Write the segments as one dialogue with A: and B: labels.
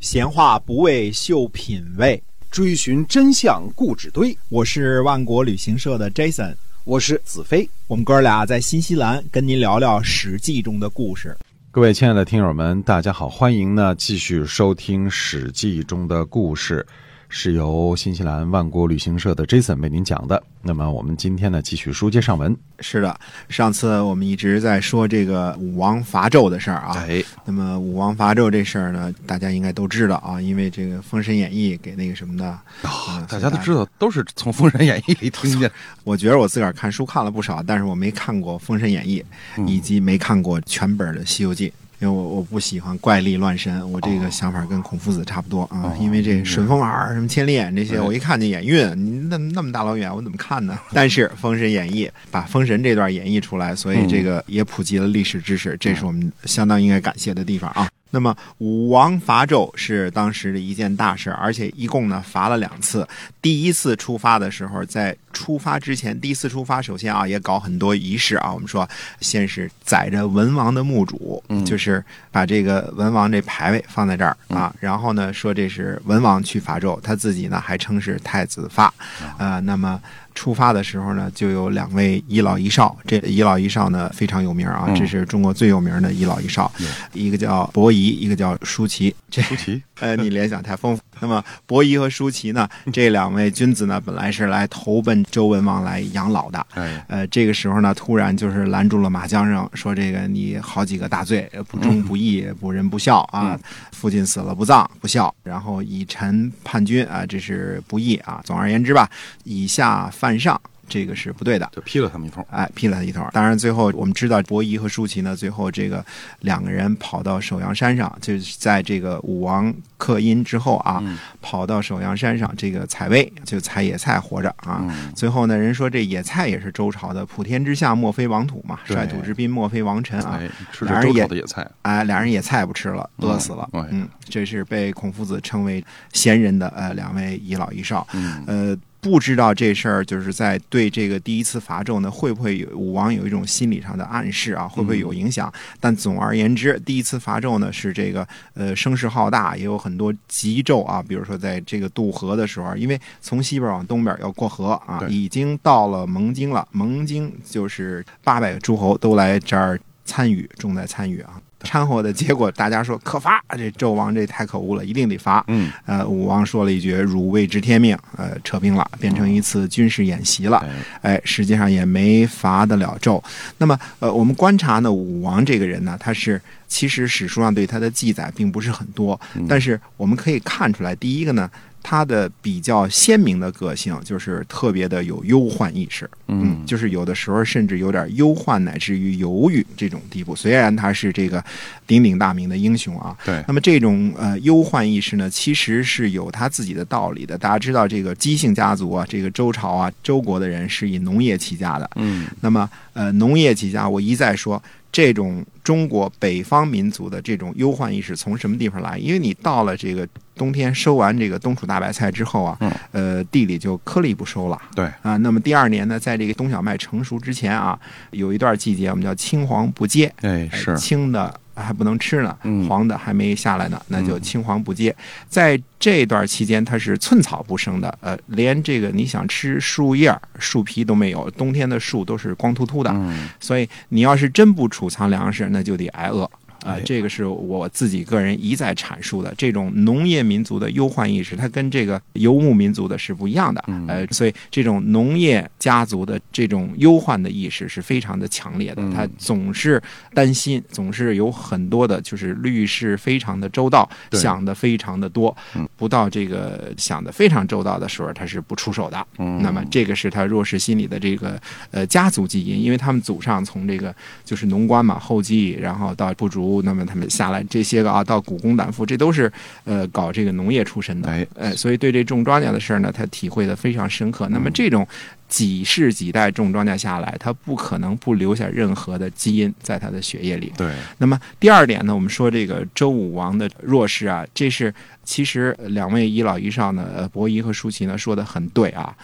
A: 闲话不为秀品味，
B: 追寻真相故纸堆。
A: 我是万国旅行社的 Jason，
B: 我是子飞。
A: 我们哥俩在新西兰跟您聊聊《史记》中的故事。
C: 各位亲爱的听友们，大家好，欢迎呢继续收听《史记》中的故事，是由新西兰万国旅行社的 Jason 为您讲的。那么我们今天呢继续书接上文，
A: 是的，上次我们一直在说这个武王伐纣的事儿啊。
C: 哎，
A: 那么武王伐纣这事儿呢，大家应该都知道啊，因为这个《封神演义》给那个什么的，啊
C: 大家都知。道都是从《封神演义》里听见，
A: 我觉得我自个儿看书看了不少，但是我没看过《封神演义》，
C: 嗯
A: 以及没看过全本的《西游记》。因为我我不喜欢怪力乱神，我这个想法跟孔夫子差不多啊。
C: 哦
A: 因为这顺风耳、什么千里眼这些，
C: 对嗯
A: 我一看就眼晕，你那那么大老远，我怎么看呢？但是《封神演义》把封神这段演绎出来，所以这
C: 嗯
A: 个也普及了历史知识，这是我们相当应该感谢的地方啊。那么武王伐纣是当时的一件大事，而且一共呢伐了两次。第一次出发的时候，在出发之前，第一次出发，首先啊也搞很多仪式啊。我们说，先是载着文王的墓主，
C: 嗯
A: 就是把这个文王这牌位放在这儿啊。然后呢，说这是文王去伐纣，他自己呢还称是太子发。呃，那么出发的时候呢，就有两位一老一少，这一老一少呢非常有名啊，
C: 嗯
A: 这是中国最有名的一老一少，
C: 嗯
A: 一个叫伯夷，一个叫舒淇。 这
C: 舒淇
A: 呃，你联想太丰富。那么，伯夷和舒淇呢，这两位君子呢，本来是来投奔周文王来养老的。
C: 哎，
A: 呃，这个时候呢，突然就是拦住了马缰绳，说这个你好几个大罪，呃不忠不义，不仁不孝啊，父亲死了不葬不孝，然后以臣叛君啊，这是不义啊。总而言之吧，以下犯上，这个是不对的。
C: 就批了他们一通，
A: 哎，劈了他一头。当然，最后我们知道伯夷和舒淇呢，最后这个两个人跑到首阳山上，就是在这个武王克殷之后啊，
C: 嗯
A: 跑到首阳山上这个采薇，就采野菜活着啊。
C: 嗯，
A: 最后呢，人说这野菜也是周朝的“普天之下莫非王土”嘛，“
C: 对
A: 率土之滨莫非王臣”啊。
C: 哎，吃着周朝的野菜，
A: 哎，俩人野菜不吃了，饿死了。
C: 嗯哎
A: 嗯，这是被孔夫子称为贤人的呃两位一老一少。
C: 嗯，
A: 呃，不知道这事儿就是在对这个第一次伐纣呢，会不会有武王有一种心理上的暗示啊？
C: 嗯
A: 会不会有影响？但总而言之，第一次伐纣呢是这个呃声势浩大，也有很多急骤啊，比如说在这个渡河的时候，因为从西边往东边要过河啊，
C: 对
A: 已经到了蒙京了。蒙京就是八百个诸侯都来这儿参与，重在参与啊。掺和的结果，大家说可罚，这纣王这太可恶了，一定得罚。
C: 嗯，
A: 呃，武王说了一句“汝未知天命”，呃，撤兵了，变成一次军事演习了。
C: 哦哎，
A: 哎，实际上也没伐得了纣。那么，呃，我们观察呢，武王这个人呢，他是其实史书上对他的记载并不是很多，
C: 嗯
A: 但是我们可以看出来，第一个呢，他的比较鲜明的个性就是特别的有忧患意识，
C: 嗯，
A: 就是有的时候甚至有点忧患乃至于犹豫这种地步。虽然他是这个鼎鼎大名的英雄啊，
C: 对，
A: 那么这种呃忧患意识呢，其实是有他自己的道理的。大家知道，这个姬姓家族啊，这个周朝啊，周国的人是以农业起家的。
C: 嗯，
A: 那么呃，农业起家，我一再说，这种中国北方民族的这种忧患意识从什么地方来？因为你到了这个冬天收完这个冬储大白菜之后啊，
C: 嗯
A: 呃，地里就颗粒不收了。
C: 对，
A: 啊，那么第二年呢，在这个冬小麦成熟之前啊，有一段季节我们叫青黄不接，
C: 哎，
A: 哎
C: 是，
A: 青的还不能吃呢，
C: 嗯
A: 黄的还没下来呢，那就青黄不接。在这段期间，它是寸草不生的，呃，连这个你想吃树叶儿、树皮都没有，冬天的树都是光秃秃的，
C: 嗯，
A: 所以你要是真不储藏粮食，那就得挨饿。啊、
C: 哎
A: 这个是我自己个人一再阐述的，这种农业民族的忧患意识，它跟这个游牧民族的是不一样的。
C: 嗯
A: 呃，所以这种农业家族的这种忧患的意识是非常的强烈的，
C: 嗯
A: 他总是担心，总是有很多的，就是虑事非常的周到，
C: 对
A: 想的非常的多。
C: 嗯
A: 不到这个想的非常周到的时候，他是不出手的。
C: 嗯
A: 那么这个是他弱势心理的这个呃家族基因，因为他们祖上从这个就是农官嘛，后继，然后到部族，那么他们下来这些个啊，到古工胆妇，这都是呃搞这个农业出身的，
C: 哎
A: 呃，所以对这种庄稼的事儿呢，他体会的非常深刻。那
C: 嗯
A: 么这种几世几代种庄稼下来，他不可能不留下任何的基因在他的血液里。
C: 对，
A: 那么第二点呢，我们说这个周武王的弱势啊，这是其实呃两位一老一少呢，呃伯夷和舒淇呢说的很对啊。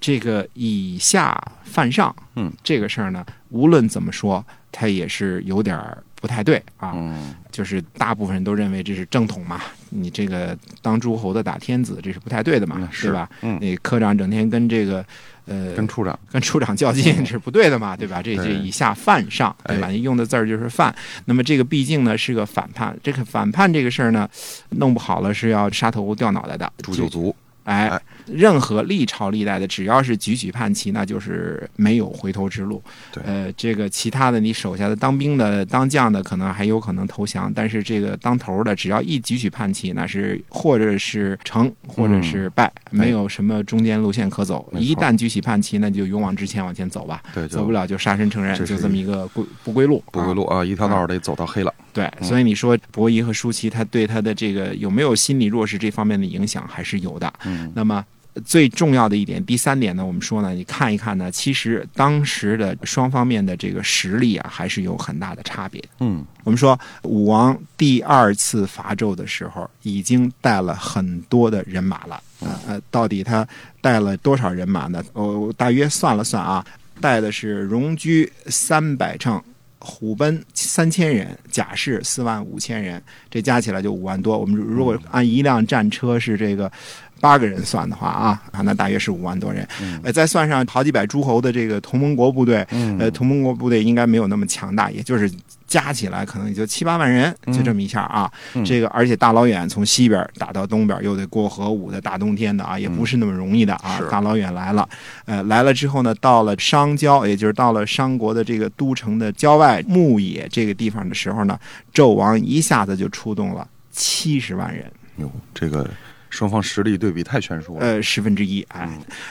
A: 这个以下犯上，
C: 嗯，，
A: 这个事儿呢，无论怎么说，它也是有点儿不太对啊。
D: 嗯
A: 就是大部分人都认为这是正统嘛，你这个当诸侯的打天子，这是不太对的嘛，
D: 嗯是
A: 对吧？
D: 嗯
A: 那科长整天跟这个呃
D: 跟处长，
A: 跟处长较劲，这是不对的嘛，对吧？这这
D: 对哎
A: 以下犯上，对吧？你用的字儿就是犯。那么这个毕竟呢是个反叛，这个反叛这个事儿呢，弄不好了是要杀头掉脑袋的。
D: 诛九族，
A: 哎
D: 哎，
A: 任何历朝历代的，只要是举起叛旗，那就是没有回头之路。
D: 对
A: 呃，这个其他的你手下的当兵的、当将的，可能还有可能投降，但是这个当头的，只要一举起叛旗，那是或者是成，或者是败，没有什么中间路线可走。
D: 嗯哎没错
A: 一旦举起叛旗，那就勇往直前，往前走吧，
D: 对，
A: 走不
D: 了
A: 了就杀身成仁
D: 这，是
A: 就这么一个不不归路，
D: 不归
A: 啊
D: 路啊，一条道得走到黑了。
A: 对，
D: 嗯
A: 所以你说伯夷和舒淇，他对他的这个有没有心理弱势这方面的影响还是有的。
D: 嗯
A: 那么。最重要的一点，第三点呢，我们说呢，你看一看呢，其实当时的双方面的这个实力啊，还是有很大的差别。
D: 嗯，
A: 我们说武王第二次伐纣的时候，已经带了很多的人马了。呃呃，到底他带了多少人马呢？我、我大约算了算啊，带的是戎居三百乘。虎贲三千人，甲士四万五千人，这加起来就五万多。我们如如果按一辆战车是这个八个人算的话啊，啊那大约是五万多人。呃，再算上好几百诸侯的这个同盟国部队，呃，同盟国部队应该没有那么强大，也就是加起来可能也就七八万人，就这么一下啊。这个而且大老远从西边打到东边，又得过河武的大冬天的啊，也不是那么容易的啊。
D: 是
A: 大老远来了，呃，来了之后呢，到了商郊，也就是到了商国的这个都城的郊外牧野这个地方的时候呢，纣王一下子就出动了七十万人。
D: 哟，这个双方实力对比太悬殊了。嗯
A: 呃，十分之一，哎，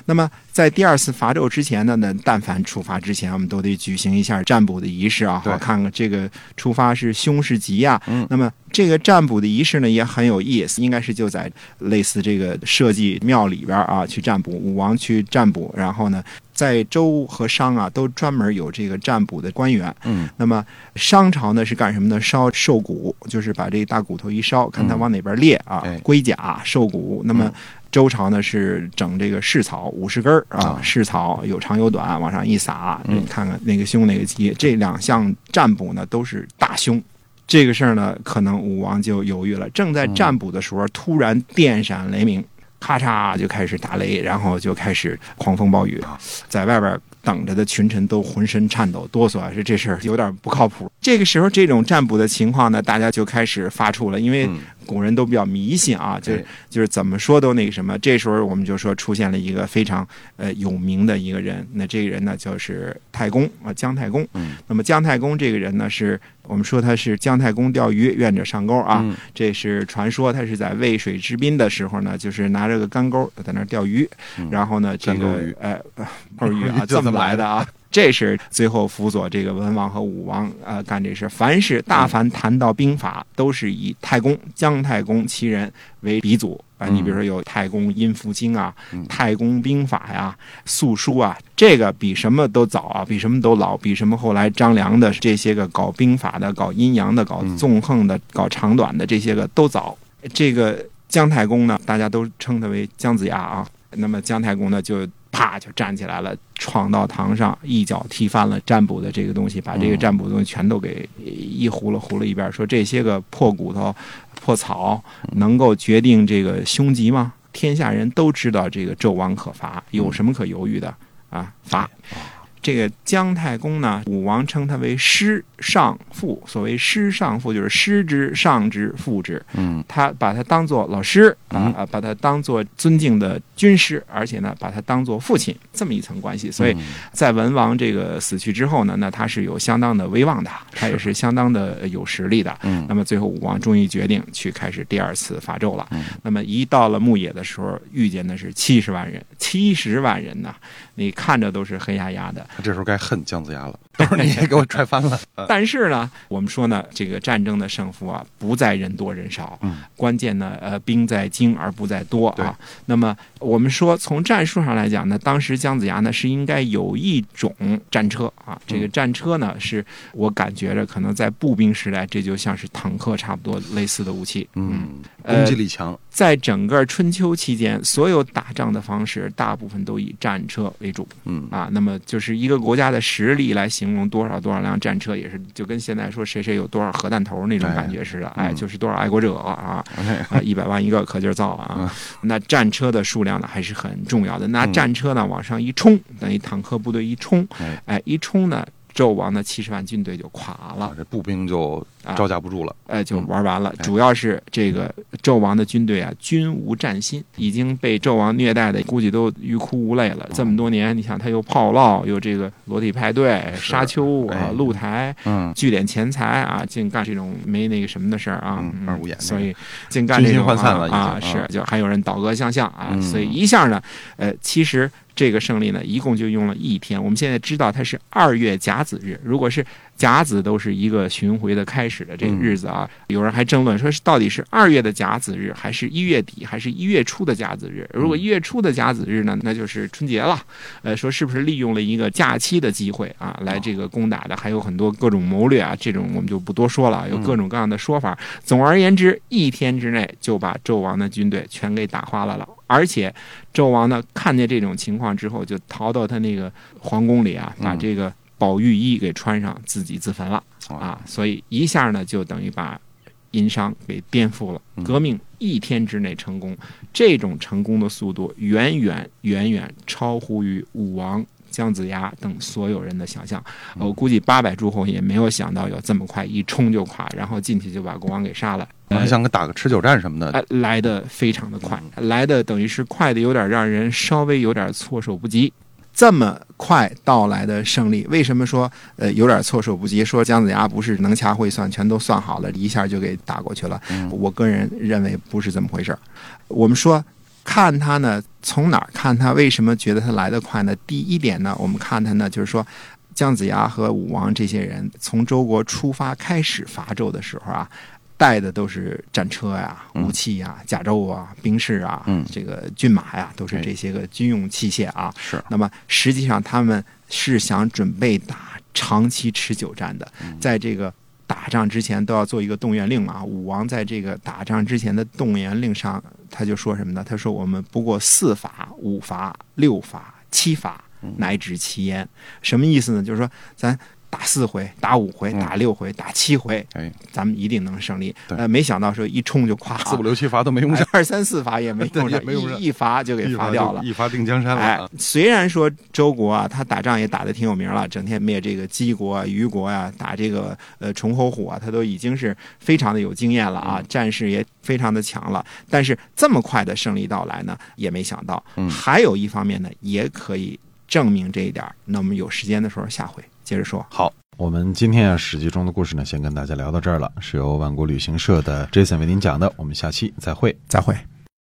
A: 那么在第二次伐纣之前呢，那但凡出发之前，我们都得举行一下占卜的仪式啊，
D: 对
A: 好看看这个出发是凶是吉啊。
D: 嗯
A: 那么这个占卜的仪式呢也很有意思，应该是就在类似这个社稷庙里边啊去占卜，武王去占卜，然后呢，在周和商啊都专门有这个占卜的官员。
D: 嗯，
A: 那么商朝呢是干什么呢？烧兽骨，就是把这大骨头一烧，看它往哪边裂啊
D: 嗯哎，嗯
A: 龟甲、兽骨。那么周朝呢是整这个蓍草五十根儿啊
D: 啊，嗯
A: 蓍草有长有短，往上一撒，你看看哪个凶哪个吉。这两项占卜呢都是大凶。这个事儿呢，可能武王就犹豫了。正在占卜的时候，突然电闪雷鸣，咔嚓就开始打雷，然后就开始狂风暴雨。在外边等着的群臣都浑身颤抖哆嗦，说这事儿有点不靠谱。这个时候，这种占卜的情况呢，大家就开始发怵了，因为
D: 嗯
A: 古人都比较迷信啊，就是
D: 哎
A: 就是怎么说都那个什么。这时候我们就说出现了一个非常呃有名的一个人，那这个人呢就是太公啊，姜太公。
D: 嗯
A: 那么姜太公这个人呢，是我们说他是姜太公钓鱼，愿者上钩啊。
D: 嗯
A: 这是传说，他是在渭水之滨的时候呢，就是拿着个竿钩在那儿钓鱼，
D: 嗯
A: 然后呢，这
D: 战
A: 个
D: 斗鱼
A: 呃， 钩鱼啊
C: 就
A: 这
C: 这么
A: 么
C: 来
A: 来
C: 的
A: 的啊。这是最后辅佐这个文王和武王啊、呃干这事。凡是大凡谈到兵法，都是以太公姜太公其人为鼻祖啊。你比如说有太公阴符经啊、太公兵法呀、素书啊，这个比什么都早啊，比什么都老，比什么后来张良的这些个搞兵法的、搞阴阳的、搞纵横的、搞长短的这些个都早。这个姜太公呢，大家都称他为姜子牙啊。那么姜太公呢，就啪就站起来了，闯到堂上，一脚踢翻了占卜的这个东西，把这个占卜的东西全都给一糊了糊了一边儿，说这些个破骨头、破草能够决定这个凶吉吗？天下人都知道这个纣王可伐，有什么可犹豫的啊？伐！这个姜太公呢，武王称他为师上父。所谓师上父，就是师之上之父之。
D: 嗯，
A: 他把他当做老师
D: 嗯
A: 啊、啊，把他当做尊敬的军师，而且呢，把他当做父亲，这么一层关系。所
D: 嗯
A: 以在文王这个死去之后呢，那他是有相当的威望的，他也是相当的有实力的。
D: 嗯
A: 那么最后武王终于决定去开始第二次伐纣了。
D: 嗯
A: 那么一到了牧野的时候，遇见的是七十万人，七十万人呐，你看着都是黑压压的。
D: 他这时候该恨姜子牙了， 都是你给我踹翻了。嗯
A: 但是呢，我们说呢，这个战争的胜负啊，不在人多人少，
D: 嗯
A: 关键呢，呃，兵在精而不在多
D: 对
A: 啊。那么我们说，从战术上来讲呢，当时姜子牙呢是应该有一种战车啊，这
D: 嗯
A: 个战车呢是我感觉着可能在步兵时代，这就像是坦克差不多类似的武器，
D: 嗯，
A: 呃
D: 攻击力强，
A: 在整个春秋期间，所有打仗的方式大部分都以战车为主啊
D: 嗯
A: 啊。那么就是一个国家的实力来形容多少多少辆战车，也是就跟现在说谁谁有多少核弹头那种感觉似的，
D: 哎
A: 哎，
D: 嗯
A: 就是多少爱国者啊，
D: 哎
A: 啊，一百万一个可劲儿造啊！ 那战车的数量呢还是很重要的。那
D: 嗯
A: 战车呢往上一冲，等于坦克部队一冲
D: 哎，
A: 哎，一冲呢，纣王的七十万军队就垮了
D: 啊，，这步兵就招架不住了。
A: 哎，就玩完了。
D: 哎
A: 主要是这个纣王的军队啊，均无战心，已经被纣王虐待的，估计都欲哭无泪
D: 哦
A: 了。这么多年，你想他又炮烙，又这个裸体派对、
D: 是
A: 沙丘啊
D: 哎、
A: 露台，
D: 嗯，
A: 聚点钱财啊，净干这种没那个什么的事儿啊
D: 嗯，
A: 嗯
D: 二五眼那个
A: 所以净干这
D: 军
A: 种
D: 心涣散了已经
A: 啊，啊
D: 啊
A: 是就还有人倒戈相向啊，
D: 嗯
A: 所以一下呢，呃，其实这个胜利呢，一共就用了一天。我们现在知道它是二月甲子日，如果是甲子都是一个巡回的开始的这个日子啊，有人还争论说是到底是二月的甲子日，还是一月底，还是一月初的甲子日？如果一月初的甲子日呢，那就是春节了。呃，说是不是利用了一个假期的机会啊，来这个攻打的，还有很多各种谋略啊，这种我们就不多说了，有各种各样的说法。总而言之，一天之内就把纣王的军队全给打花了了。而且，纣王呢看见这种情况之后，就逃到他那个皇宫里啊，
D: 嗯
A: 把这个宝玉衣给穿上，自己自焚了
D: 啊，
A: 啊。所以一下呢，就等于把殷商给颠覆了
D: 嗯，
A: 革命一天之内成功。这种成功的速度远远远远超乎于武王、姜子牙等所有人的想象。呃我估计八百诸侯也没有想到有这么快，一冲就垮，然后进去就把国王给杀了。
D: 还想个打个持久战什么的，
A: 呃，来的嗯非常的快，来的等于是快的有点让人稍微有点措手不及。
B: 这么
A: 快到来的胜利，为什么说呃有点措手不及？说姜子牙不是能掐会算，全都算好了，一下就给打过去了。
D: 嗯
A: 我个人认为不是这么回事儿。我们说看他呢，从哪儿看他？为什么觉得他来得快呢？第一点呢，我们看他呢，就是说。姜子牙和武王这些人从周国出发开始伐纣的时候啊，带的都是战车呀、
D: 嗯
A: 武器呀、甲胄啊、兵士啊、
D: 嗯
A: 这个骏马呀，都是这些个军用器械啊。
D: 是
A: 那么实际上他们是想准备打长期持久战的，
D: 嗯
A: 在这个。打仗之前都要做一个动员令嘛。武王在这个打仗之前的动员令上，他就说什么呢？他说：“我们不过四伐、五伐、六伐、七伐，
D: 嗯
A: 乃止其焉。”什么意思呢？就是说咱打四回、打五回、
D: 嗯
A: 打六回、打七回，
D: 哎，
A: 咱们一定能胜利。
D: 对
A: 呃，没想到说一冲就垮了，
D: 四五六七伐都没用上，
A: 二三四伐也没
D: 对
A: 用
D: 也
A: 上，
D: 没用上
A: 一一伐就哎给
D: 一
A: 伐
D: 伐
A: 掉
D: 就
A: 了。
D: 一伐定江山了
A: 哎
D: 啊。，
A: 虽然说周国啊，他打仗也打得挺有名了，整天灭这个姬国啊、虞国啊，打这个呃崇侯虎啊，他都已经是非常的有经验了
C: 嗯
A: 啊，战事也非常的强了。但是这么快的胜利到来呢，也没想到。
D: 嗯
A: 还有一方面呢，也可以证明这一点儿。那我们有时间的时候，下回接着说。
C: 我们今天啊《史记》中的故事呢，先跟大家聊到这儿了，是由万国旅行社的 Jason 为您讲的，我们下期再会。
A: 再会。